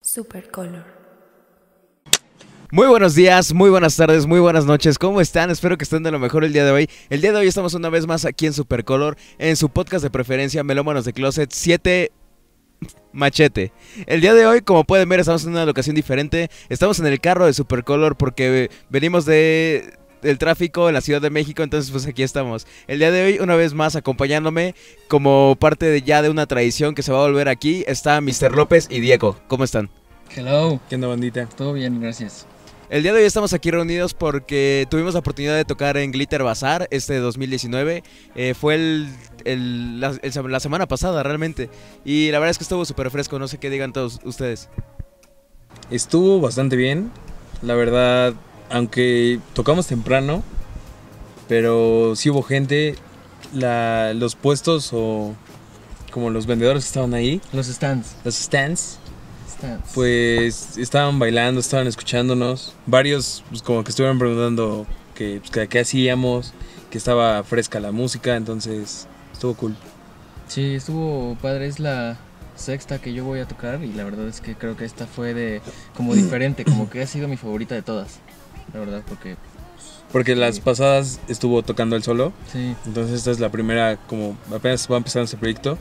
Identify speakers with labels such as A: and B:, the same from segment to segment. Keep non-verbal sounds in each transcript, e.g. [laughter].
A: Supercolor.
B: Muy buenos días, muy buenas tardes, muy buenas noches. ¿Cómo están? Espero que estén de lo mejor el día de hoy. El día de hoy estamos una vez más aquí en Supercolor, en su podcast de preferencia, Melómanos de Closet 7 Machete. El día de hoy, como pueden ver, estamos en una locación diferente. Estamos en el carro de Supercolor porque venimos de del tráfico en la Ciudad de México, entonces pues aquí estamos. El día de hoy, una vez más, acompañándome como parte de ya de una tradición que se va a volver aquí, está Mr. López y Diego. ¿Cómo están?
C: Hello,
D: ¿Qué onda, bandita?
C: todo bien, gracias.
B: El día de hoy estamos aquí reunidos porque tuvimos la oportunidad de tocar en Glitter Bazaar este 2019. Eh, fue el, el- la, el sem- la semana pasada realmente. Y la verdad es que estuvo súper fresco, no sé qué digan todos ustedes.
D: Estuvo bastante bien. La verdad, aunque tocamos temprano, pero sí hubo gente. la- los puestos o como los vendedores que estaban ahí,
C: Los stands.
D: los stands,
C: stands.
D: pues estaban bailando, estaban escuchándonos. Varios pues, como que estuvieron preguntando que, pues, que- qué hacíamos, que estaba fresca la música, entonces estuvo cool.
C: Sí, estuvo padre, es la sexta que yo voy a tocar y la verdad es que creo que esta fue de como diferente, como que ha sido mi favorita de todas. La verdad, porque
D: Porque las
C: Sí.
D: pasadas estuvo tocando el solo.
C: sí,
D: Entonces esta es la primera, como apenas va empezando este proyecto,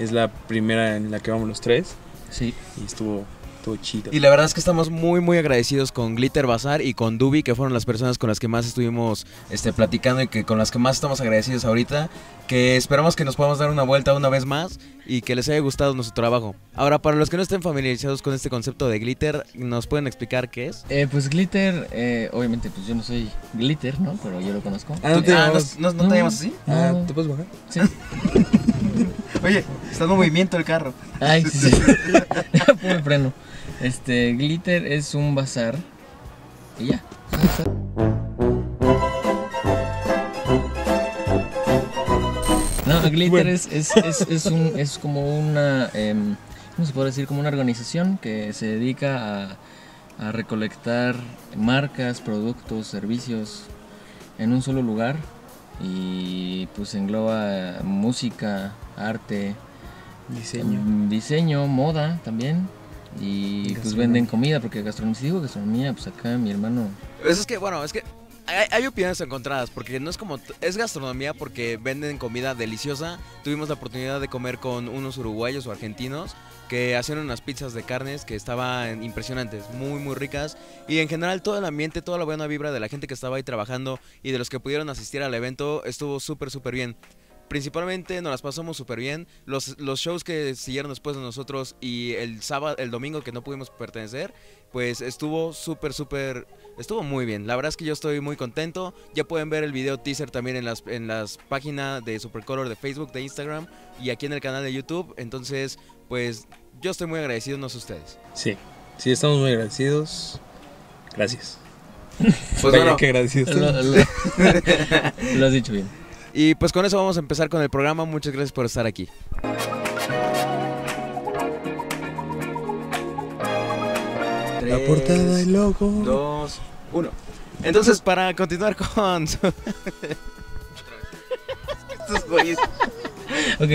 D: es la primera en la que vamos los tres
C: sí.
D: y estuvo, estuvo chido.
B: Y la verdad es que estamos muy muy agradecidos con Glitter Bazaar y con Dubi, que fueron las personas con las que más estuvimos este, platicando y que con las que más estamos agradecidos ahorita, que esperamos que nos podamos dar una vuelta una vez más y que les haya gustado nuestro trabajo. Ahora, para los que no estén familiarizados con este concepto de glitter, ¿nos pueden explicar qué es?
C: Eh, pues Glitter, eh, obviamente pues yo no soy Glitter, ¿no? Pero yo lo conozco.
D: Ah, no te llamabas-
B: ¿no,
C: no te llamas así?
D: Ah,
C: no.
D: ¿te puedes bajar?
C: Sí.
B: Oye, está en movimiento el carro.
C: Ay, sí, sí. [laughs] Pobre freno. Este, Glitter es un bazar y ya. No, Glitter
D: Bueno.
C: es, es, es, es un, es como una, em, ¿cómo se puede decir? Como una organización que se dedica a, a recolectar marcas, productos, servicios en un solo lugar y pues engloba música, arte,
D: Diseño.
C: Mm, Diseño, moda también. Y pues
D: Gastronomía.
C: venden comida, porque gastronomía, si digo gastronomía, pues acá mi hermano.
B: Eso es que, bueno, es que hay, hay opiniones encontradas, porque no es como... t- Es gastronomía porque venden comida deliciosa. Tuvimos la oportunidad de comer con unos uruguayos o argentinos que hacían unas pizzas de carnes que estaban impresionantes, muy, muy ricas. Y en general todo el ambiente, toda la buena vibra de la gente que estaba ahí trabajando y de los que pudieron asistir al evento estuvo súper, súper bien. Principalmente nos las pasamos súper bien. Los, los shows que siguieron después de nosotros y el sábado, el domingo que no pudimos pertenecer, pues estuvo súper, súper Estuvo muy bien, la verdad es que yo estoy muy contento. Ya pueden ver el video teaser también en las, en las páginas de Supercolor de Facebook, de Instagram y aquí en el canal de YouTube. Entonces, pues yo estoy muy agradecido, no sé ustedes.
D: Sí, sí, estamos muy agradecidos. Gracias.
B: Pues
D: Vaya
B: bueno,
D: que agradecidos.
C: Lo, lo- lo has dicho bien.
B: y pues con eso vamos a empezar con el programa. Muchas gracias por estar aquí.
D: La portada, el logo.
B: dos, uno. Entonces, para continuar con... su- [laughs] Estos güeyes.
C: Ok,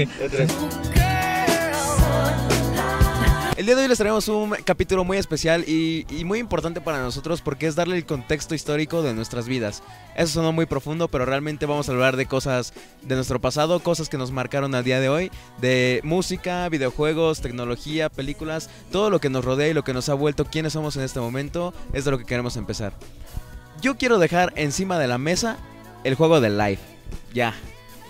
B: El día de hoy les traemos un capítulo muy especial y, y muy importante para nosotros porque es darle el contexto histórico de nuestras vidas. Eso sonó muy profundo, pero realmente vamos a hablar de cosas de nuestro pasado, cosas que nos marcaron al día de hoy, de música, videojuegos, tecnología, películas, todo lo que nos rodea y lo que nos ha vuelto quienes somos en este momento, es de lo que queremos empezar. Yo quiero dejar encima de la mesa el juego del live. Ya.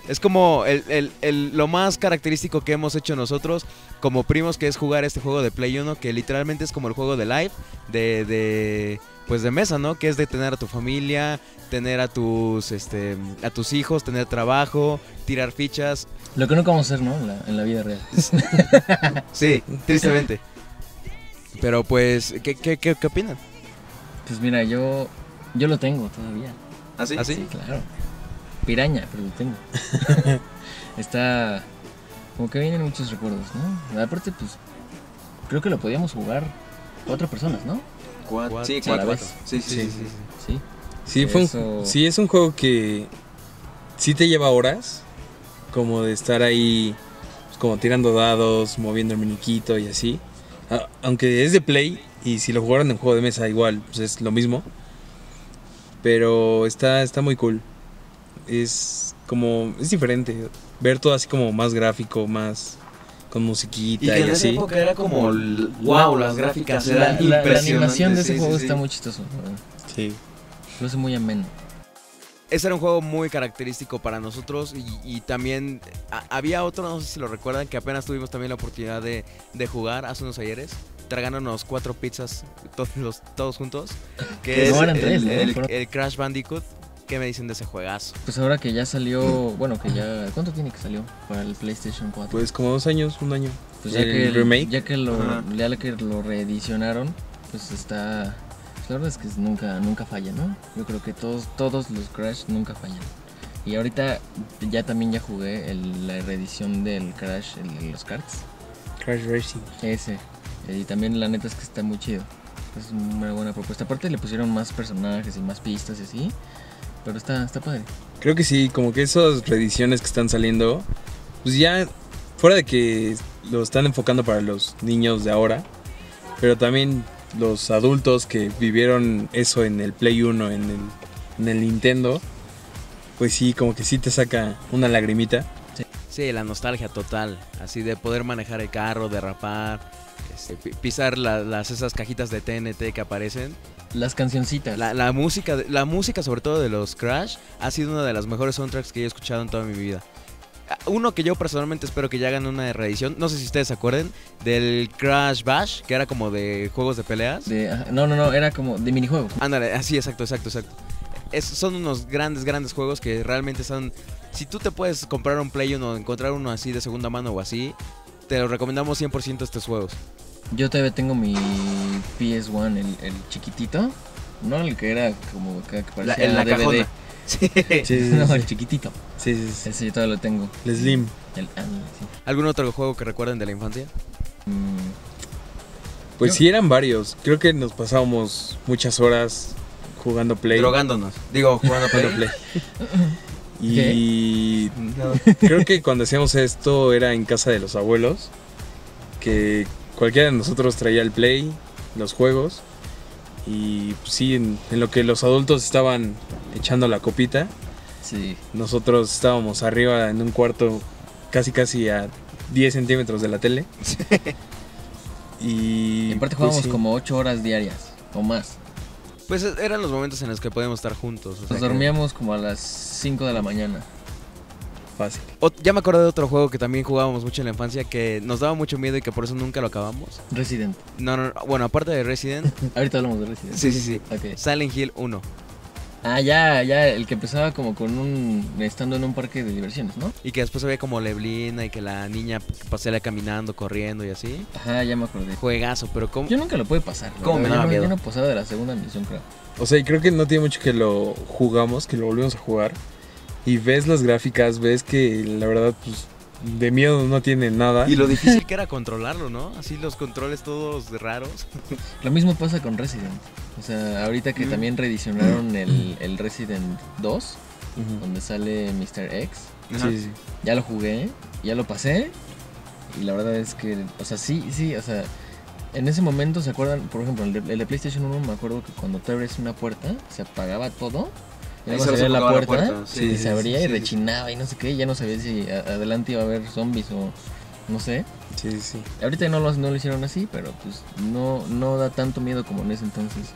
B: Es como el- el- el- lo más característico que hemos hecho nosotros como primos que es jugar este juego de Play 1 que literalmente es como el juego de live de, de pues de mesa, ¿no? Que es de tener a tu familia, tener a tus este a tus hijos, tener trabajo, tirar fichas.
C: lo que nunca vamos a hacer, ¿no? En la, en la vida real.
B: Sí, tristemente. Pero pues ¿qué qué qué, qué opinan?
C: Pues mira, yo, yo lo tengo todavía.
B: ¿Así?
C: Sí, claro. Piraña, pero lo tengo. Está. Como que vienen muchos recuerdos, ¿no? Aparte, pues. Creo que lo podíamos jugar cuatro personas, ¿no?
B: Cuatro. Sí,
C: cuatro, cuatro.
B: Sí, sí, sí.
C: Sí.
D: Sí, fue un-
C: Eso.
D: sí, es un juego que sí te lleva horas, como de estar ahí, pues, como tirando dados, moviendo el miniquito y así. a- aunque es de Play y si lo jugaran en juego de mesa igual, pues es lo mismo. Pero está, está muy cool. Es como, es diferente. Ver todo así como más gráfico, más con
B: Y
D: musiquita
B: que
D: y,
B: en esa
D: así.
B: época era como, l- wow, las gráficas
C: La,
B: eran
C: la- la
B: impresionantes.
C: animación de ese
B: sí,
C: juego
B: sí,
C: está
B: sí.
C: muy chistoso. eh,
D: Sí.
C: Lo hace muy ameno.
B: Ese era un juego muy característico para nosotros y, y también a- había otro, no sé si lo recuerdan, que apenas tuvimos también la oportunidad de, de jugar hace unos ayeres, tragándonos cuatro pizzas todos, los- todos juntos, que
C: Que
B: es
C: no eran
B: el,
C: tres, ¿no?
B: el-
C: Fueron-
B: el Crash Bandicoot. ¿Qué me dicen de ese juegazo?
C: Pues ahora que ya salió, bueno, que ya. ¿Cuánto tiene que salió para el PlayStation 4?
D: Pues como dos años, un año.
C: Pues ya
D: el
C: que
D: remake.
C: ya que
B: Ajá.
C: lo, ya que lo reedicionaron, pues está. pues la verdad es que es nunca, nunca falla, ¿no? Yo creo que todos, todos los Crash nunca fallan. Y ahorita ya también ya jugué el- la reedición del Crash, el de los carts.
D: Crash Racing.
C: Ese. Y también la neta es que está muy chido. Es una buena propuesta. Aparte le pusieron más personajes y más pistas y así. Pero está, está padre.
D: Creo que sí, como que esas reediciones que están saliendo, pues ya, fuera de que lo están enfocando para los niños de ahora, pero también los adultos que vivieron eso en el Play 1, en el, en el Nintendo, pues sí, como que sí te saca una lagrimita.
B: Sí, la nostalgia total, así de poder manejar el carro, derrapar, este, pi- pisar la- las esas cajitas de TNT que aparecen.
C: Las cancioncitas.
B: La, la música, de- la música sobre todo de los Crash ha sido una de las mejores soundtracks que yo he escuchado en toda mi vida. Ah, Uno que yo personalmente espero que ya hagan una reedición, no sé si ustedes se acuerden, del Crash Bash, que era como de juegos de peleas.
C: de- ajá, no, no, no, era como de minijuegos.
B: Ándale, así, exacto, exacto, exacto. Es- son unos grandes, grandes juegos que realmente son... Si tú te puedes comprar un Play 1 o encontrar uno así de segunda mano o así, te lo recomendamos 100% estos juegos.
C: Yo todavía tengo mi PS1, el, el chiquitito. No el que era como acá que
B: La-
C: parecía
B: en la
C: DVD.
B: cajona. Sí.
D: Sí, sí,
C: No,
D: sí,
C: el chiquitito.
D: sí, sí, sí.
C: Ese yo todavía lo tengo.
D: El Slim.
C: El, ándale, sí.
B: [laughs] ¿Algún otro juego que recuerden de la infancia?
C: Mm,
D: Pues sí, eran varios. Creo que nos pasábamos muchas horas jugando Play.
B: Drogándonos. Digo, jugando Play.
C: [laughs]
D: Jugando Play. Y Creo que cuando hacíamos esto era en casa de los abuelos, que cualquiera de nosotros traía el play, los juegos, y pues, sí, en, en lo que los adultos estaban echando la copita,
C: sí.
D: nosotros estábamos arriba en un cuarto casi casi a 10 centímetros de
C: [laughs]
D: la tele. y
C: Y aparte
D: pues,
C: jugábamos
D: sí.
C: como 8 horas diarias o más.
B: Pues eh, eran los momentos en los que podíamos estar juntos. o sea
C: Nos
B: que-
C: dormíamos como a las 5 de la mañana.
D: fácil.
B: Ot- ya me acordé de otro juego que también jugábamos mucho en la infancia que nos daba mucho miedo y que por eso nunca lo acabamos.
C: Resident.
B: No, no, no, bueno, aparte de
C: [laughs]
B: Resident.
C: Ahorita hablamos de Resident.
B: sí, sí, sí.
C: Ok.
B: Silent Hill 1.
C: Ah, ya, ya, el que empezaba como con un. estando en un parque de diversiones, ¿no?
B: Y que después había como leblina y que la niña paseaba caminando, corriendo y así.
C: Ajá, ya me acordé.
B: Juegazo, pero ¿cómo?
C: Yo nunca lo pude pasar. la
B: ¿Cómo me
C: verdad,
B: daba
C: yo no-
B: miedo?
C: Yo no pasaba de la segunda misión, creo.
D: O sea, y creo que no tiene mucho que lo jugamos, que lo volvimos a jugar. Y ves las gráficas, ves que la verdad, pues, de miedo no tiene nada.
B: Y lo difícil que era controlarlo, ¿no? Así los controles todos raros.
C: Lo mismo pasa con Resident. O sea, ahorita que
B: Mm. [clears throat]
C: también reedicionaron el, el Resident 2,
D: Ujú.
C: donde sale Mr. X,
B: Ajá.
D: Sí, sí.
C: ya lo jugué, ya lo pasé. Y la verdad es que, o sea, sí, sí, o sea, en ese momento, ¿se acuerdan? Por ejemplo, el de, el de PlayStation 1, me acuerdo que cuando te abres una puerta, se apagaba todo. Y
B: Ahí
C: luego
B: solo
C: se
B: se
C: abría la
B: apagaba la
C: puerta,
B: puerta, sí,
C: y
D: sí,
C: se abría
B: sí,
C: y
B: sí.
C: rechinaba y no sé qué, y ya no sabía si a- adelante iba a haber zombies o no sé.
D: Sí, sí, sí.
C: Ahorita no lo, no lo hicieron así, pero pues no, no da tanto miedo como en ese entonces.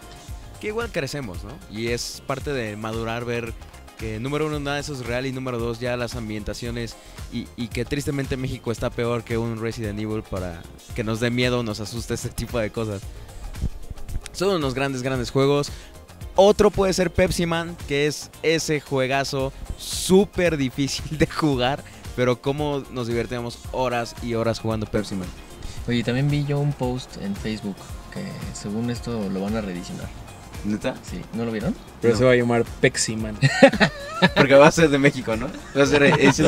B: Que igual crecemos, ¿no? Y es parte de madurar, ver que número uno nada de eso es real y número dos ya las ambientaciones y, y que tristemente México está peor que un Resident Evil para que nos dé miedo, nos asuste este tipo de cosas. Son unos grandes, grandes juegos. Otro puede ser Pepsi Man, que es ese juegazo súper difícil de jugar, pero cómo nos divertíamos horas y horas jugando Pepsi Man.
C: Oye, también vi yo un post en Facebook que según esto lo van a reedicionar.
B: ¿Neta?
C: Sí, ¿no lo vieron?
D: Pero
B: No.
D: se va a llamar Peximan. [laughs]
B: Porque va a ser de México, ¿no? Va a ser ese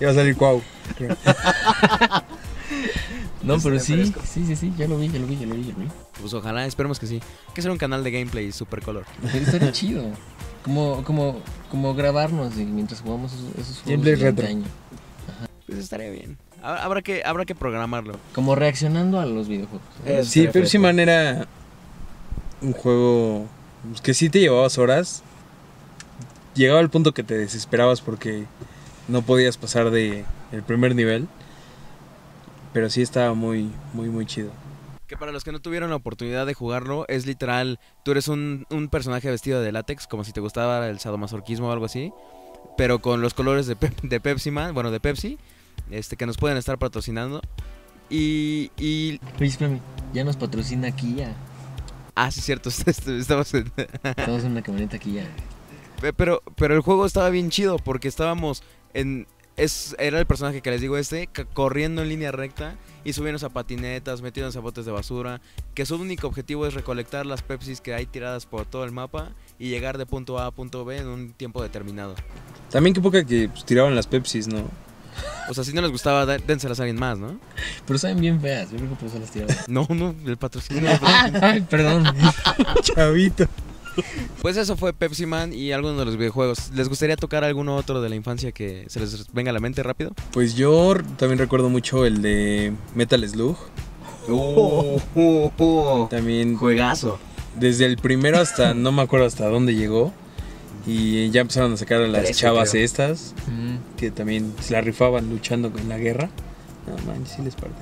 D: Y va a salir Cuau.
C: No,
B: Está
C: pero sí,
B: fresco.
C: Este, sí, sí, sí, ya lo vi, ya lo vi, ya lo vi, ya lo vi.
B: Pues ojalá, esperemos que sí. Hay que ser un canal de gameplay super color.
C: Pero [laughs] estaría chido. Como, como, como grabarnos y mientras jugamos esos, esos juegos
D: Gameplay
C: de
D: retro.
C: antaño.
B: Pues estaría bien. Ha- Habrá que, habrá que programarlo.
C: Como reaccionando a los videojuegos.
B: Eh,
D: Sí,
B: estaría
D: Pepsi
B: fresco.
D: Man era un juego que sí te llevabas horas. Llegaba al punto que te desesperabas porque no podías pasar de el primer nivel. Pero sí estaba muy, muy, muy chido.
B: Que para los que no tuvieron la oportunidad de jugarlo, es literal, tú eres un, un personaje vestido de látex, como si te gustaba el sadomasoquismo o algo así, pero con los colores de, Pep- de Pepsi Man, bueno, de Pepsi, este, que nos pueden estar patrocinando. Y, y...
C: Oye, espérame, ya nos patrocina Kia.
B: Ah, sí, cierto, [laughs] estamos en-
C: Estamos en una camioneta Kia.
B: Pe- Pero, pero el juego estaba bien chido porque estábamos en... Es, era el personaje que les digo este, c- corriendo en línea recta y subiéndose a patinetas, metiéndose a botes de basura, que su único objetivo es recolectar las Pepsis que hay tiradas por todo el mapa y llegar de punto A a punto B en un tiempo determinado.
D: También qué poca que pues, tiraban las Pepsis, ¿no?
B: O sea, si no les gustaba, da- dénselas a alguien más, ¿no?
C: Pero saben bien feas, yo creo que por eso las [laughs] tiraron.
B: No, no, el patrocinio. el
C: [laughs]
B: patrocinio.
C: Ay, perdón.
D: Chavito.
B: Pues eso fue Pepsi Man y algunos de los videojuegos. ¿Les gustaría tocar alguno otro de la infancia que se les venga a la mente rápido?
D: Pues yo r- también recuerdo mucho el de Metal Slug. oh. También
B: Juegazo.
D: desde el primero hasta no me acuerdo hasta dónde llegó. Y ya empezaron a sacar a las
B: Trece,
D: chavas
B: creo.
D: estas.
C: Mm,
D: que también se la rifaban luchando en la guerra. No manches, sí les partes.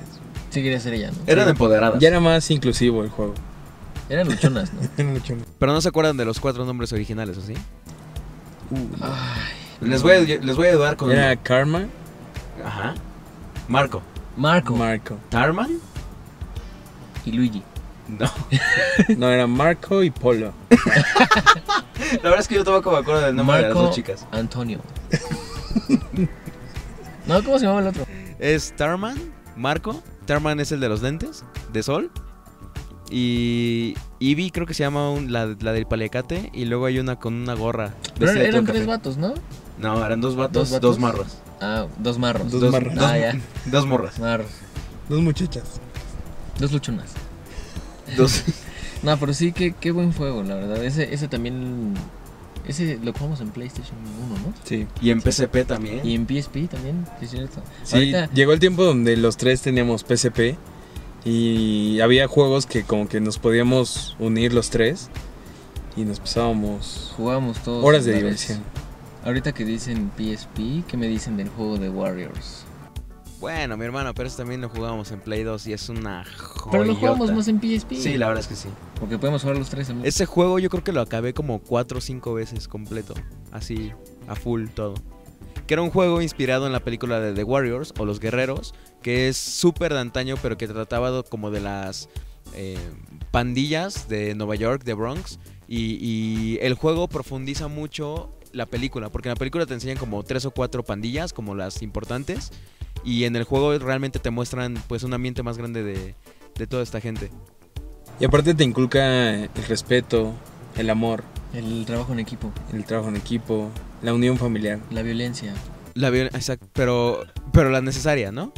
C: sí quería ser ella, ¿no?
B: Eran empoderadas.
D: Ya era más inclusivo el juego.
C: Eran luchonas,
B: [laughs]
C: ¿no?
B: Pero no se acuerdan de los cuatro nombres originales, ¿o sí?
D: Uh,
C: Ay,
B: Les voy a, les voy a ayudar con...
D: era Karma,
B: Ajá. Marco.
C: Marco
D: Marco.
B: ¿Tarman?
C: y Luigi.
B: No. [laughs]
D: No, era Marco y Polo.
B: La verdad es que yo tampoco me acuerdo del nombre de las dos chicas. [laughs]
C: Antonio. no, ¿cómo se llamaba el otro?
B: Es Tarman, Marco. Tarman es el de los lentes, de sol. Y Ivy creo que se llama un- la, la del paliacate. Y luego hay una con una gorra.
C: Pero
B: vestida
C: eran
B: todo en
C: tres
B: café.
C: vatos, ¿no?
B: No, eran dos vatos,
C: ¿Dos vatos?
B: marros.
C: Ah, dos marros.
D: Dos marros.
C: Ah, ya.
B: Dos
C: [laughs]
B: morras.
C: Marros.
D: Dos muchachas.
C: Dos luchonas.
B: Dos.
C: No, pero sí, qué, qué buen juego, la verdad. Ese, ese también. Ese lo jugamos en PlayStation 1, ¿no?
D: Sí.
B: Y en PCP también.
C: Y en PSP también, sí, es cierto.
D: Sí,
C: Ahorita,
D: llegó el tiempo donde los tres teníamos PSP y había juegos que como que nos podíamos unir los tres y nos pasábamos
C: jugábamos todos.
D: horas
C: a la
D: de
C: vez.
D: diversión.
C: Ahorita que dicen PSP, ¿qué me dicen del juego de Warriors?
B: Bueno, mi hermano, pero eso también lo jugábamos en Play 2 y es una joya.
C: Pero lo jugamos más en PSP.
B: Oh, Sí, la verdad es que sí.
C: Porque podemos jugar los tres al mismo-
B: Ese juego yo creo que lo acabé como 4 o 5 veces completo. Así, a full todo. Que era un juego inspirado en la película de The Warriors o Los Guerreros, que es súper de antaño, pero que trataba do- como de las eh, pandillas de Nueva York, de Bronx. Y, y el juego profundiza mucho la película, porque en la película te enseñan como tres o cuatro pandillas, como las importantes. Y en el juego realmente te muestran pues un ambiente más grande de, de toda esta gente.
D: Y aparte te inculca el respeto, el amor,
C: El trabajo en equipo,
D: el trabajo en equipo, la unión familiar.
C: la violencia.
B: La violen- exacto, pero, pero la necesaria, ¿no?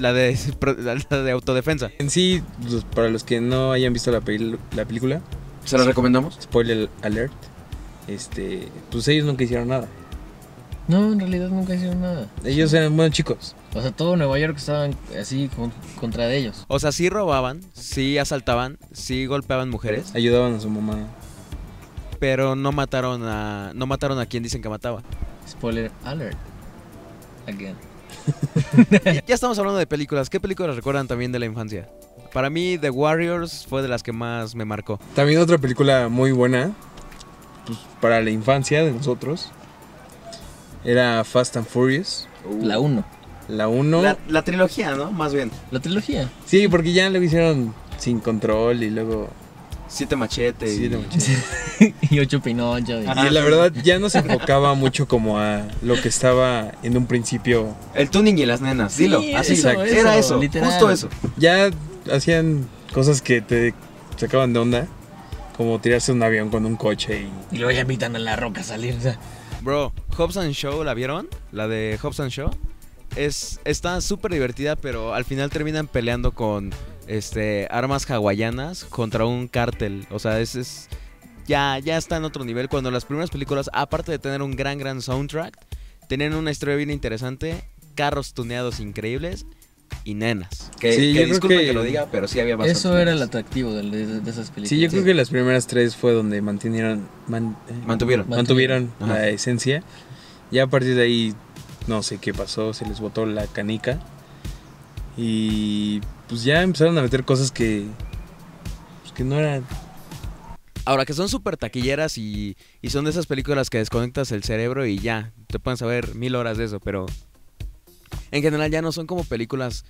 B: La de, la de autodefensa.
D: En sí, los- para los que no hayan visto la, peli- la película,
B: ¿Se la recomendamos?
D: spoiler alert, este, pues ellos nunca hicieron nada.
C: No, en realidad nunca hicieron nada.
D: Ellos eran buenos chicos.
C: O sea, todo Nueva York estaban así con- contra de ellos.
B: O sea, sí robaban, sí asaltaban, sí golpeaban mujeres,
D: Ayudaban a su mamá.
B: pero no mataron a no mataron a quien dicen que mataba.
C: Spoiler alert. Again.
B: Ya estamos hablando de películas. ¿Qué películas recuerdan también de la infancia? Para mí The Warriors fue de las que más me marcó.
D: También otra película muy buena pues, para la infancia de nosotros era Fast and Furious,
C: La 1.
D: la 1.
B: trilogía, ¿no? Más bien.
C: La trilogía. [laughs]
D: Sí, porque ya lo hicieron sin control y luego...
B: Siete machete.
D: Sí, no, [laughs]
C: y ocho Pinocho. y-
B: Ajá.
D: Y la verdad ya no se enfocaba mucho como a lo que estaba en un principio
B: El tuning y las nenas. Ah,
C: Sí, Dilo, así, eso, exacto. Era eso, literal. justo eso.
D: ya hacían cosas que te sacaban de onda, como tirarse un avión con un coche y
C: Y luego ya invitan a la roca a salir. o sea,
B: Bro, Hobbs and Show, ¿la vieron? La de Hobbs and Show. Es, está súper divertida, pero al final terminan peleando con este, armas hawaianas contra un cártel. O sea, es, es- ya, ya está en otro nivel. Cuando las primeras películas, aparte de tener un gran, gran soundtrack, tenían una historia bien interesante, carros tuneados increíbles y nenas.
A: Que,
D: Sí,
A: que
D: yo creo
A: disculpen que...
D: que-
A: lo diga, pero sí había bastante.
C: Eso era el
A: menos.
C: atractivo de, de- de esas películas.
D: Sí, yo creo que las primeras tres fue donde mantenieron, man- eh,
B: Mantuvieron.
D: mantuvieron
B: Ajá.
D: la esencia. Ya a partir de ahí, no sé qué pasó, se les botó la canica. Y pues ya empezaron a meter cosas que, pues, que no eran...
B: Ahora, que son súper taquilleras y, y son de esas películas que desconectas el cerebro y ya, te pueden saber mil horas de eso, pero en general ya no son como películas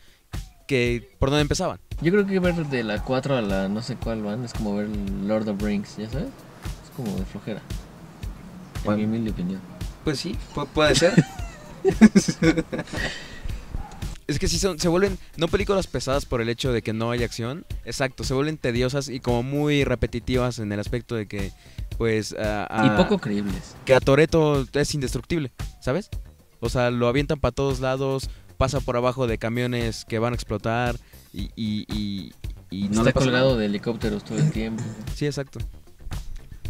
B: que por donde empezaban.
C: Yo creo que ver de la 4 a la no sé cuál van es como ver Lord of Rings, ¿ya sabes? Es como de flojera. En
A: Bueno.
C: mi humilde opinión.
A: Pues sí, pu- puede ser.
B: [laughs] Es que sí, son, se vuelven no películas pesadas por el hecho de que no hay acción, exacto, se vuelven tediosas y como muy repetitivas en el aspecto de que, pues, a- a-
C: Y poco creíbles.
B: que a Toreto es indestructible, ¿sabes? O sea, lo avientan para todos lados, pasa por abajo de camiones que van a explotar y, y, y, y no le
C: Está
B: pasa
C: colgado
B: nada.
C: de helicópteros todo el tiempo.
B: Sí, exacto.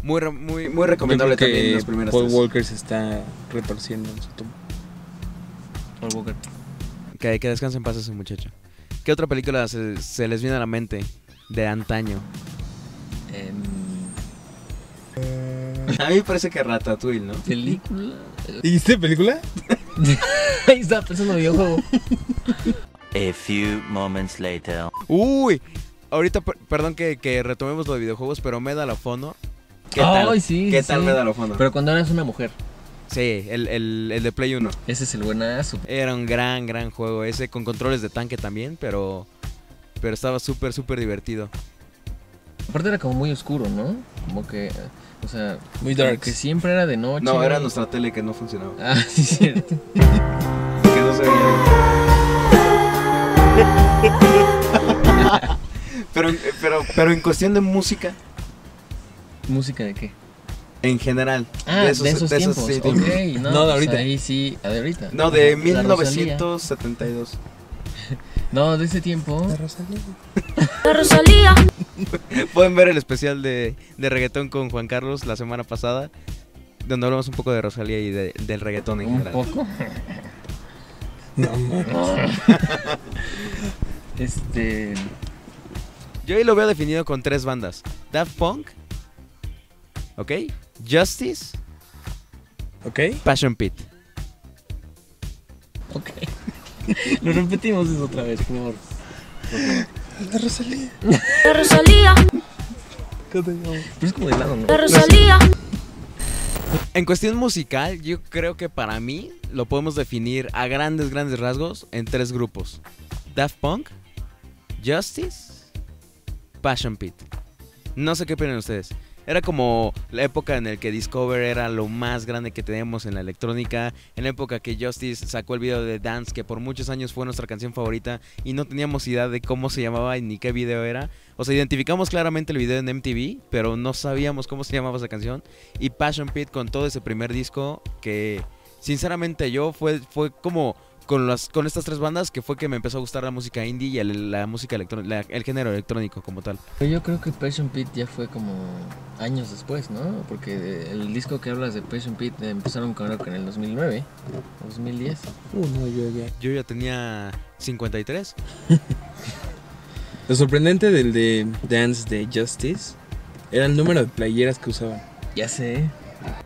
B: Muy, re- muy, muy
A: Muy recomendable
D: Yo creo que
A: también las primeras
D: Paul
A: tres.
D: Walker se está retorciendo en su tumba.
C: Paul Walker.
B: que, que descanse en paz ese muchacho. ¿Qué otra película se, se les viene a la mente de antaño?
C: Em,
A: A mí me parece que Ratatouille, ¿no?
C: [laughs] película.
D: ¿Dijiste película?
C: Ahí estaba pensando en videojuego.
E: A few moments later.
B: Uy, ahorita per- perdón que, que retomemos lo de videojuegos, pero Medal of Honor.
A: ¿Qué tal?
C: Ay, sí,
A: ¿Qué
C: sí.
A: tal me da lo fondo?
C: Pero cuando eras una mujer,
B: Sí, el, el, el de Play 1.
C: ese es el buenazo.
B: Era un gran, gran juego ese, con controles de tanque también, pero, pero estaba súper, súper divertido.
C: Aparte era como muy oscuro, ¿no? Como que, eh, o sea,
D: Muy
C: como
D: dark.
C: que siempre era de noche.
A: No, era nuestra tele que no funcionaba.
C: Ah, [laughs] sí, cierto.
B: Ah,
A: Que no se veía. [laughs] pero, pero, pero en cuestión de música,
C: ¿Música de qué?
A: en general.
C: Ah, de esos,
A: de esos,
C: tiempos.
A: sí, de-
C: ok, no,
D: No, de
C: pues
D: ahorita.
C: Ahí sí, ah, de ahorita.
A: No, de
C: Ajá, la Rosalía.
A: 1972.
C: No, de ese tiempo.
F: Rosalía.
B: Pueden ver el especial de, de reggaetón con Juan Carlos la semana pasada, donde hablamos un poco de Rosalía y de- del reggaetón en
C: Un
A: [laughs]
B: general.
C: poco.
D: No, man.
C: [laughs] Este.
B: Yo ahí lo veo definido con tres bandas. Daft Punk, ¿ok? Justice,
D: ¿Ok?
B: Passion Pit.
C: Ok. Lo repetimos eso otra vez, por favor.
D: La Rosalía.
F: La Rosalía.
C: Pero es como de lado, ¿no?
F: La Rosalía.
B: En cuestión musical, yo creo que para mí lo podemos definir a grandes, grandes rasgos en tres grupos. Daft Punk, Justice, Passion Pit. No sé qué opinan ustedes. Era como la época en la que Discover era lo más grande que teníamos en la electrónica. En la época que Justice sacó el video de Dance, que por muchos años fue nuestra canción favorita y no teníamos idea de cómo se llamaba y ni qué video era. O sea, identificamos claramente el video en MTV, pero no sabíamos cómo se llamaba esa canción y Passion Pit con todo ese primer disco que sinceramente yo fue, fue como con, las, con estas tres bandas que fue que me empezó a gustar la música indie y el, la música electrónica, el género electrónico como tal.
C: Pero yo creo que Passion Pit ya fue como años después, ¿no? Porque el disco que hablas de Passion Pit eh, empezaron con con el 2009, 2010.
D: Uh, no, yo ya.
B: Yo ya tenía 53.
D: Lo sorprendente del de Dance de Justice era el número de playeras que usaban.
C: Ya sé.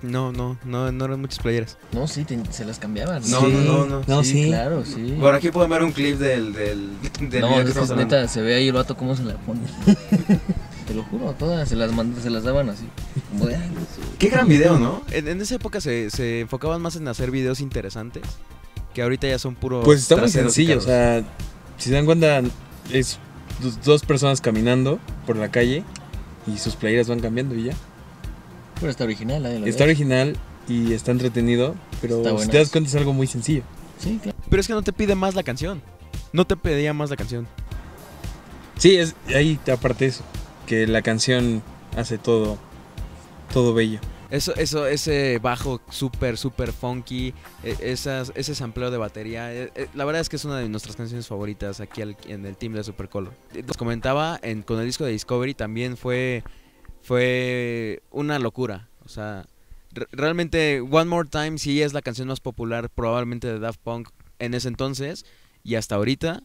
B: No, no, no, no eran muchas playeras.
C: No, sí, te- se las cambiaban.
A: No,
D: Sí.
A: no, no, no.
D: No,
C: sí,
D: sí.
C: claro, sí.
A: Por aquí pueden ver un clip del, del, del
C: no,
A: video que
C: es-
A: estamos hablando.
C: neta, se ve ahí el vato cómo se la pone. te lo juro, todas se las mand- se las daban así. Como de, "Ay, no sé".
A: Qué gran video, ¿no?
B: En, en esa época se, se enfocaban más en hacer videos interesantes que ahorita ya son puro...
D: Pues está muy
B: traseros y
D: sencillo,
B: carros.
D: o sea, si se dan cuenta, es dos- dos personas caminando por la calle y sus playeras van cambiando y ya.
C: Pero está original, nadie lo
D: Está
C: ve.
D: original y está entretenido, pero
C: Está
D: si
C: buenas.
D: te das cuenta es algo muy sencillo.
C: Sí, claro.
B: Pero es que no te pide más la canción. No te pedía más la canción.
D: Sí, es ahí aparte eso, que la canción hace todo, todo bello.
B: Eso, eso, ese bajo súper, súper funky, e- esas, ese sampleo de batería. e- e- La verdad es que es una de nuestras canciones favoritas aquí al- en el team de Supercolor. Eh, Nos comentaba en- con el disco de Discovery también fue, fue una locura. O sea, re- realmente One More Time sí es la canción más popular probablemente de Daft Punk en ese entonces y hasta ahorita,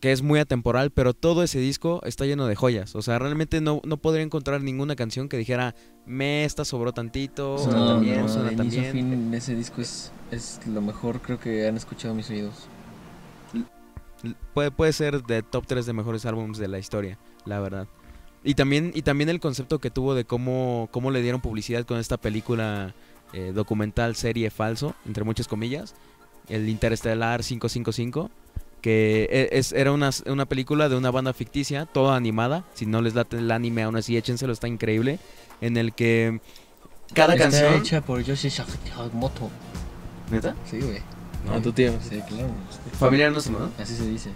B: que es muy atemporal, pero todo ese disco está lleno de joyas. O sea, realmente no, no podría encontrar ninguna canción que dijera, me, esta sobró tantito,
C: No,
B: suena
C: no,
B: tan bien,
C: no,
B: suena
C: de
B: tan
C: inicio a
B: bien.
C: fin, ese disco es, es lo mejor creo que han escuchado mis oídos.
B: L- Puede, puede ser de top 3 de mejores álbumes de la historia, la verdad. Y también, y también el concepto que tuvo de cómo, cómo le dieron publicidad con esta película eh, documental, serie falso, entre muchas comillas, el Interestelar 555, que e- es, era una, s- una película de una banda ficticia, toda animada, si no les late el anime aún así, échenselo, está increíble, en el que cada
C: Está
B: canción...
C: hecha por Yoshi Shakamoto.
B: ¿Neta?
C: Sí, güey.
D: A tu tío.
C: Sí, claro.
B: Familiar no se ¿no?
C: Así se dice.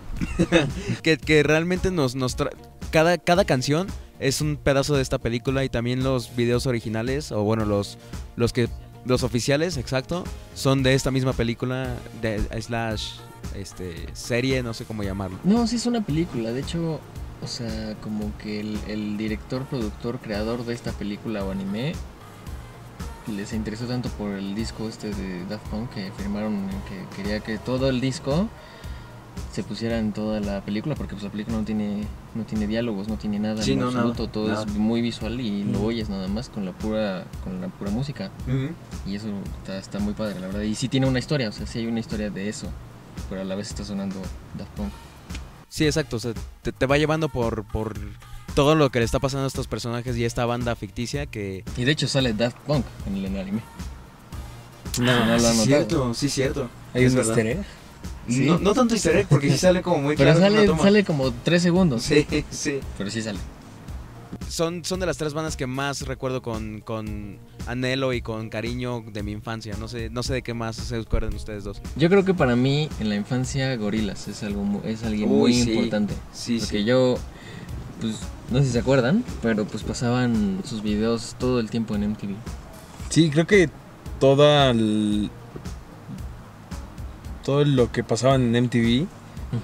B: que, que realmente nos, nos tra- cada, cada canción es un pedazo de esta película y también los videos originales, o bueno, los, los que los oficiales, exacto, son de esta misma película, de, eh, slash este, serie, no sé cómo llamarlo.
C: No, sí es una película. De hecho, o sea, como que el, el director, productor, creador de esta película o anime le- se interesó tanto por el disco este de Daft Punk que firmaron que quería que todo el disco se pusiera en toda la película porque pues la película no tiene no tiene diálogos no tiene nada
A: Sí,
C: en
A: no, nada,
C: absoluto todo
A: nada. Mm.
C: es muy visual y lo oyes nada más con la pura con la pura música y eso está, está muy padre la verdad y sí tiene una historia o sea sí hay una historia de eso pero a la vez está sonando Daft Punk
B: Sí, exacto, o sea, te, te va llevando por, por todo lo que le está pasando a estos personajes y a esta banda ficticia que...
C: Y de hecho sale Daft Punk en el anime.
A: Ah, No,
C: lo
A: sí,
C: han notado.
A: cierto, sí, cierto.
D: Hay
A: Es
D: un
A: verdad.
D: easter egg.
C: Sí.
A: No, no tanto easter egg, porque sí sale como muy
C: Pero
A: claro. en una
C: sale,
A: toma.
C: sale como 3 segundos.
A: Sí, sí.
C: Pero sí sale.
B: Son, son de las tres bandas que más recuerdo con, con anhelo y con cariño de mi infancia. No sé, no sé de qué más se acuerdan ustedes dos.
C: Yo creo que para mí en la infancia Gorilas es algo mu- es alguien
A: Uy,
C: muy
A: sí.
C: importante.
A: Sí,
C: porque
A: sí.
C: yo, pues, no sé si se acuerdan, pero pues pasaban sus videos todo el tiempo en MTV.
D: Sí, creo que toda el- todo lo que pasaba en MTV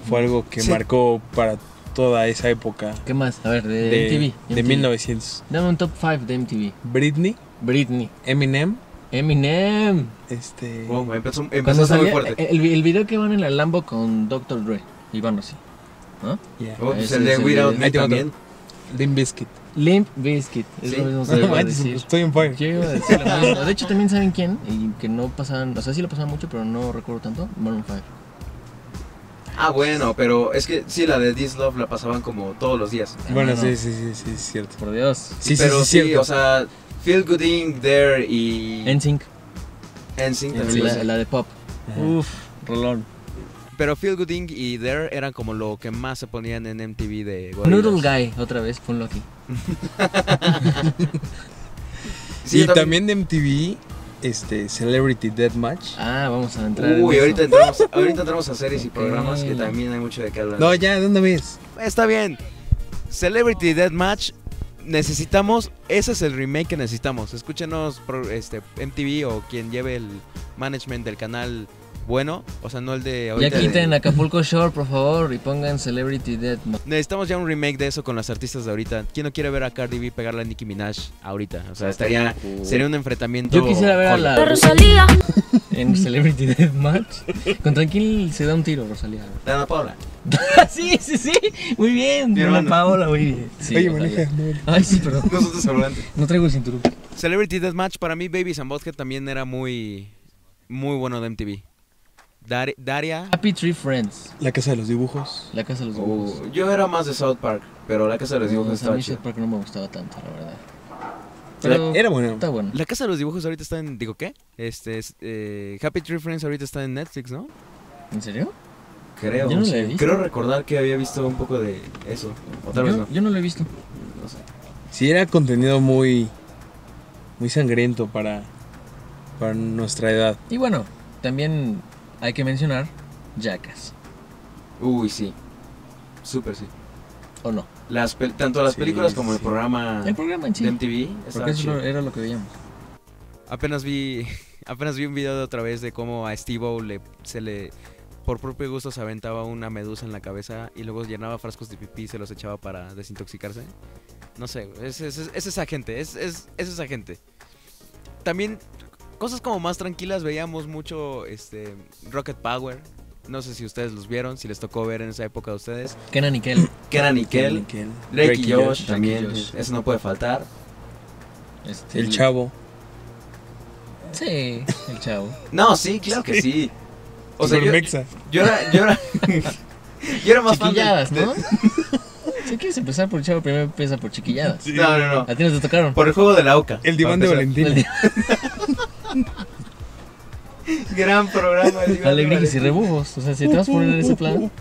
D: fue algo que
A: Sí.
D: marcó para toda esa época
C: ¿Qué más? A ver, de,
D: de,
C: MTV.
D: de
C: MTV.
D: 1900.
C: Dame un top 5 de MTV.
D: Britney,
C: Britney.
D: Eminem,
C: Eminem.
D: este
A: Wow, Oh, empezó,
C: Cuando
A: empezó muy
C: salía eh,
A: fuerte.
C: el, el video que van en la Lambo con Dr. Dre. Y van así.
D: yeah.
A: Oh, pues
C: ese
A: el de
C: es el
A: Weird Out
D: Ahí tengo
A: también.
D: Limp Bizkit.
C: Limp Bizkit. Es
A: Sí.
C: lo mismo que
A: [laughs]
D: No
C: iba a
D: [laughs] manches,
C: decir.
D: estoy en fire.
C: Yo iba a decir lo mismo. De hecho, también saben quién. Y que no pasaban. O sea, sí lo pasaban mucho, pero no recuerdo tanto. Maroon 5.
A: Ah, bueno, pero es que sí, la de This Love la pasaban como todos los días.
D: Bueno,
C: Ah, no.
D: sí, sí, sí, sí, es cierto.
C: Por Dios.
D: Sí, sí,
A: pero
D: sí,
A: sí,
D: cierto.
A: o sea, Feel Good In There y
C: NSYNC.
A: NSYNC también.
C: eh, La, la de pop.
D: Ajá.
C: Uf, rolón.
B: Pero Feel Good Inc. y There eran como lo que más se ponían en MTV de gorilas.
C: Noodle Guy, otra vez, ponlo aquí.
A: Sí,
D: y también de MTV, este Celebrity Deathmatch.
C: Ah, vamos a entrar. en
A: Uy,
C: eso.
A: ahorita entramos, ahorita entramos a series y
C: Ok.
A: programas que también hay mucho de qué hablar.
D: No, ya, ¿de una vez.
B: Está bien. Celebrity Deathmatch. Necesitamos. Ese es el remake que necesitamos. Escúchenos por este, MTV o quien lleve el management del canal bueno. O sea, no el de
C: Ya
B: ahorita. de-
C: quiten Acapulco Shore, por favor, y pongan Celebrity Death.
B: Necesitamos ya un remake de eso con las artistas de ahorita. ¿Quién no quiere ver a Cardi B pegarle a Nicki Minaj ahorita? O
A: o
B: sea,
A: sea,
B: estaría.
A: estaría...
B: Sería un enfrentamiento.
C: Yo quisiera ver a
B: joya.
C: la
F: Rosalía.
C: en Celebrity Death Match. ¿Contra quién se da un tiro, Rosalía?
A: Dana
B: [laughs]
A: Paula.
C: [laughs] sí, sí, sí. Muy bien.
A: Mi
C: Dona
A: hermano.
C: Paola, muy bien. Sí,
D: Oye,
C: ojalá.
D: maneja. no, no.
C: Ay, sí, perdón.
A: Nosotros hablando.
C: No traigo el cinturón.
B: Celebrity Deathmatch para mí, Babies and Butthead también era muy. Muy bueno de MTV. Dari- Daria.
C: Happy Tree Friends.
D: La casa de los dibujos.
C: La casa de los
B: Oh,
C: dibujos.
A: Uh, yo era más de South Park, pero la casa de los dibujos
C: No, a
A: estaba
C: mí
A: chida.
C: South Park no me gustaba tanto, la verdad. Pero
D: Era bueno.
C: está bueno.
B: La casa de los dibujos ahorita está en. Digo, ¿qué? Este. es, eh, Happy Tree Friends ahorita está en Netflix, ¿no?
C: ¿En serio?
A: Creo.
C: Yo no la he
A: sí.
C: visto.
A: Creo recordar que había visto un poco de eso. O tal vez
C: yo,
A: no.
C: yo no lo he visto.
A: no sé.
D: Sí, era contenido muy. Muy sangriento para. Para nuestra edad.
C: Y bueno, también hay que mencionar Jackass.
A: Uy, sí. Súper, sí.
C: ¿O no?
A: Las pel- tanto las
D: Sí,
A: películas como el
D: sí.
B: Ah.
A: programa
C: El programa en sí.
A: de MTV.
C: Porque
A: Estaba
C: eso
A: chido.
C: era lo que veíamos.
B: Apenas vi. [laughs] Apenas vi un video de otra vez de cómo a Steve O le, se le. Por propio gusto se aventaba una medusa en la cabeza y luego llenaba frascos de pipí y se los echaba para desintoxicarse. No sé, güey, es, es, es- es esa gente, es, es, es esa gente. También cosas como más tranquilas veíamos mucho este Rocket Power,
G: No sé si ustedes los vieron, si les tocó ver en esa época a ustedes.
C: Kenan y Kel.
B: Kenan y Kel,
D: Nickel.
B: Drake y Josh
C: Drake y
B: también,
C: Josh.
B: eso no puede faltar.
C: Este,
D: El chavo.
C: Sí, el chavo.
B: No, sí, claro que sí. O sea, yo,
D: Supermexa.
B: yo era, yo era, yo era más fan de-
C: chiquilladas,
B: de-
C: ¿no? [laughs] si quieres empezar por el chavo, primero empieza por chiquilladas.
B: No, no, no.
C: ¿A ti no te tocaron?
B: Por el juego de la OCA.
D: El diván de
B: para
C: [laughs]
D: Valentina.
B: empezar. Gran programa. el diván de
C: Alegrías y
B: Valentina.
C: rebujos. O sea, si te vas a poner en ese plan,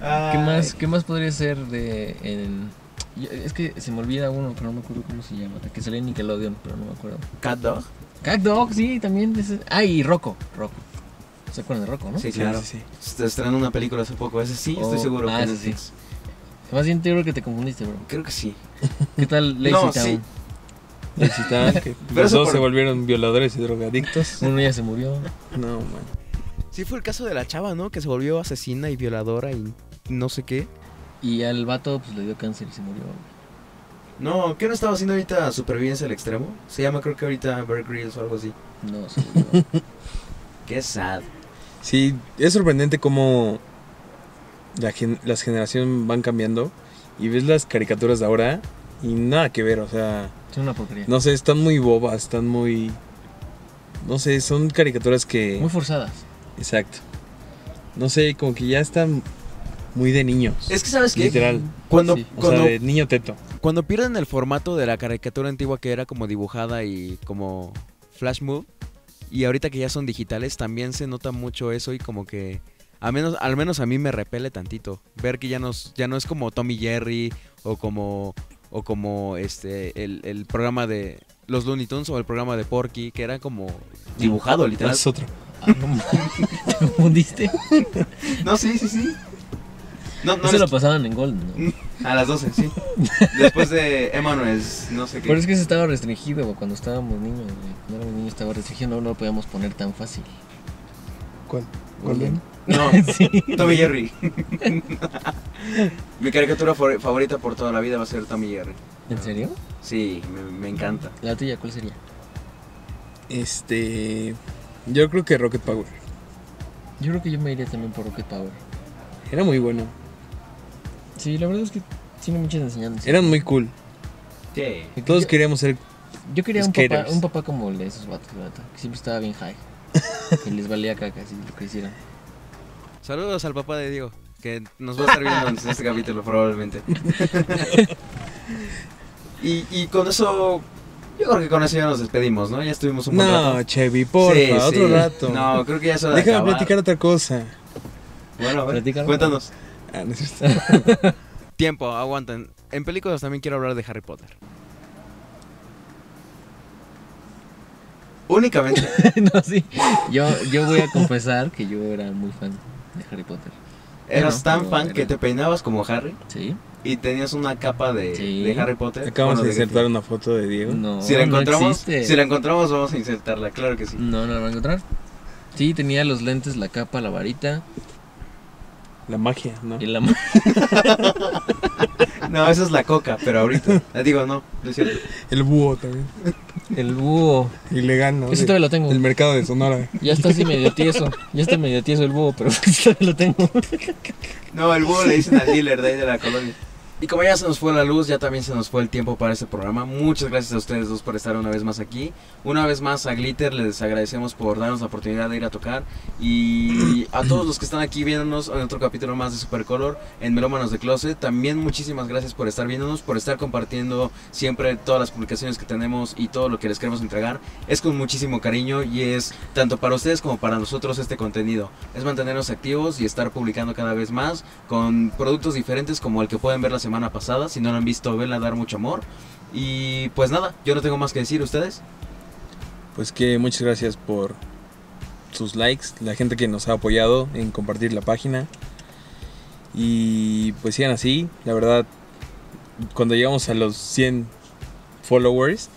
B: Ay.
C: ¿qué más, qué más podría ser de. en- yo- es que se me olvida uno, pero no me acuerdo cómo se llama. Que salía en Nickelodeon, pero no me acuerdo.
B: Cat Dog.
C: Cat Dog, sí, también. ese- Ah, y Rocco. Rocco. ¿Se acuerdan de Rocco, no?
B: Sí, claro.
D: Sí, sí,
B: Se estrenó una película hace poco. Ese sí, estoy
C: Oh,
B: seguro.
C: ah,
B: que
C: ese
B: Netflix.
C: Más bien te creo que te confundiste, bro.
B: Creo que sí. [laughs]
C: ¿Qué tal Lazy
B: No, sí.
C: Town?
D: sí. El Chitán, que los
B: eso
D: dos
B: por-
D: se volvieron violadores y drogadictos.
C: Uno ya se murió.
D: No, man.
G: Sí fue el caso de la chava, ¿no? Que se volvió asesina y violadora y no sé qué.
C: Y al vato pues, le dio cáncer y se murió.
B: No, ¿qué no estaba haciendo ahorita Supervivencia al Extremo? Se llama, creo que ahorita Bear Grylls o algo así.
C: No, se murió.
B: Qué sad.
D: Sí, es sorprendente cómo la gen- las generaciones van cambiando y ves las caricaturas de ahora y nada que ver, o sea,
C: Es una porquería.
D: no sé, están muy bobas, están muy... No sé, son caricaturas que...
C: Muy forzadas.
D: Exacto. No sé, como que ya están muy de niños.
B: Es que, ¿sabes qué?
D: literal.
G: Cuando,
C: Sí.
D: O
G: cuando,
D: sea, de niño teto.
G: cuando pierden el formato de la caricatura antigua que era como dibujada y como flash move, y ahorita que ya son digitales, también se nota mucho eso y como que... A menos, al menos a mí me repele tantito. Ver que ya, nos, ya no es como Tommy Jerry o como, o como este, el, el programa de los Looney Tunes o el programa de Porky, que era como...
B: Dibujado, literal.
D: Es otro.
C: Ah, no mames. [laughs] ¿Te confundiste?
B: No, sí, sí, sí. No, no.
C: Eso
B: les-
C: lo pasaban en Golden, ¿no?
B: A las 12,
C: [laughs]
B: sí. Después de Emanuel's, no sé qué.
C: Pero es que se estaba restringido güey, cuando estábamos niños, güey. Cuando éramos niños estaba restringido, no, no lo podíamos poner tan fácil.
D: ¿Cuál?
C: Golden.
B: [laughs] No,
C: Sí.
B: Tommy Jerry. [laughs] Mi caricatura favor- favorita por toda la vida va a ser Tommy Jerry.
C: ¿En serio?
B: Sí, me, me encanta.
C: ¿La tuya cuál sería?
D: Este... Yo creo que Rocket Power.
C: Yo creo que yo me iría también por Rocket Power.
D: Era muy bueno.
C: Sí, la verdad es que tiene muchas enseñanzas.
D: Eran muy cool.
B: Sí.
C: Porque
D: Todos
C: yo,
D: queríamos ser...
C: yo quería un papá,
D: skaters.
C: un papá como el de esos vatos, la neta, que siempre estaba bien high. Que les valía caca, así lo que hicieran.
G: Saludos al papá de Diego.
B: Que nos va a estar viendo en [laughs] este capítulo [laughs] probablemente. y, y con eso, yo creo que con eso ya nos despedimos, ¿no? Ya estuvimos un buen
D: No,
B: rato.
D: Chevy, porfa,
B: Sí,
D: otro
B: sí.
D: rato.
B: No, creo que ya es hora de
D: Déjame
B: acabar.
D: platicar otra cosa.
B: Bueno, a ver,
C: Platícalo.
B: cuéntanos.
D: Ah, no es cierto.
G: Tiempo, aguanten. En películas también quiero hablar de Harry Potter.
B: Únicamente.
C: [laughs] no, sí. Yo, yo voy a confesar que yo era muy fan de Harry Potter.
B: Eras tan
C: No,
B: fan
C: era-
B: que te peinabas como Harry
C: ¿Sí?
B: y tenías una capa de,
C: Sí.
B: de Harry Potter.
D: Acabamos
B: Bueno,
D: de
B: de que-
D: insertar una foto de Diego.
C: No,
B: si la
C: no
B: encontramos,
C: existe.
B: si la encontramos vamos a insertarla, claro que sí.
C: No, no la van a encontrar. Sí, tenía los lentes, la capa, la varita
D: La magia, ¿no?
C: y la ma-
B: No, esa es la coca, pero
C: [laughs]
B: ahorita. Ah, Digo, no, no es cierto.
D: El búho también.
C: el búho.
D: Ilegal, ¿no?
C: Ese todavía lo tengo.
D: El mercado de Sonora.
C: Ya está así medio tieso. Ya está medio tieso el búho, pero [laughs] todavía lo tengo.
B: No, el búho le dicen al dealer de ahí de la colonia. Y como ya se nos fue la luz, ya también se nos fue el tiempo para este programa. Muchas gracias a ustedes dos por estar una vez más aquí. Una vez más a Glitter les agradecemos por darnos la oportunidad de ir a tocar. Y a todos los que están aquí viéndonos en otro capítulo más de Supercolor en Melómanos de Closet, también muchísimas gracias por estar viéndonos, por estar compartiendo siempre todas las publicaciones que tenemos y todo lo que les queremos entregar. Es con muchísimo cariño y es tanto para ustedes como para nosotros este contenido. Es mantenernos activos y estar publicando cada vez más con productos diferentes como el que pueden ver la semana pasada. Si no lo han visto, venla dar mucho amor. Y pues nada, yo no tengo más que decir ustedes.
D: Pues que muchas gracias por sus likes, la gente que nos ha apoyado en compartir la página. Y pues sigan así, la verdad, cuando llegamos a los 100 followers,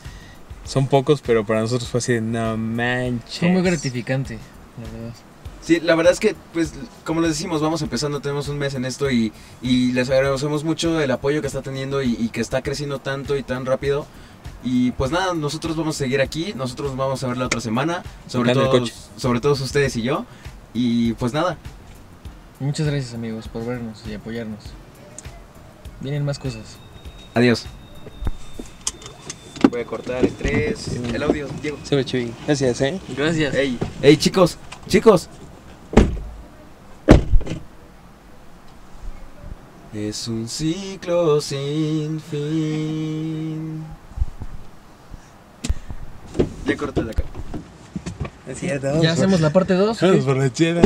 D: son pocos, pero para nosotros fue así de no manches.
C: Fue muy gratificante, la verdad.
B: Sí, la verdad es que, pues, como les decimos, vamos empezando, tenemos un mes en esto y, y les agradecemos mucho el apoyo que está teniendo y, y que está creciendo tanto y tan rápido. Y pues nada, nosotros vamos a seguir aquí, nosotros nos vamos a ver la otra semana, sobre
D: Tocando el
B: todo,
D: coche.
B: sobre todos ustedes y yo. Y pues nada,
C: Muchas gracias amigos por vernos y apoyarnos. Vienen más cosas.
B: adiós. Voy a cortar el 3, el audio, Diego.
D: Se ve chido. Gracias, ¿eh?
C: Gracias.
B: Ey, ey, chicos, chicos. Es un ciclo sin fin. Ya corté la cara.
D: Es cierto.
C: Ya hacemos la parte 2.
D: por la chela.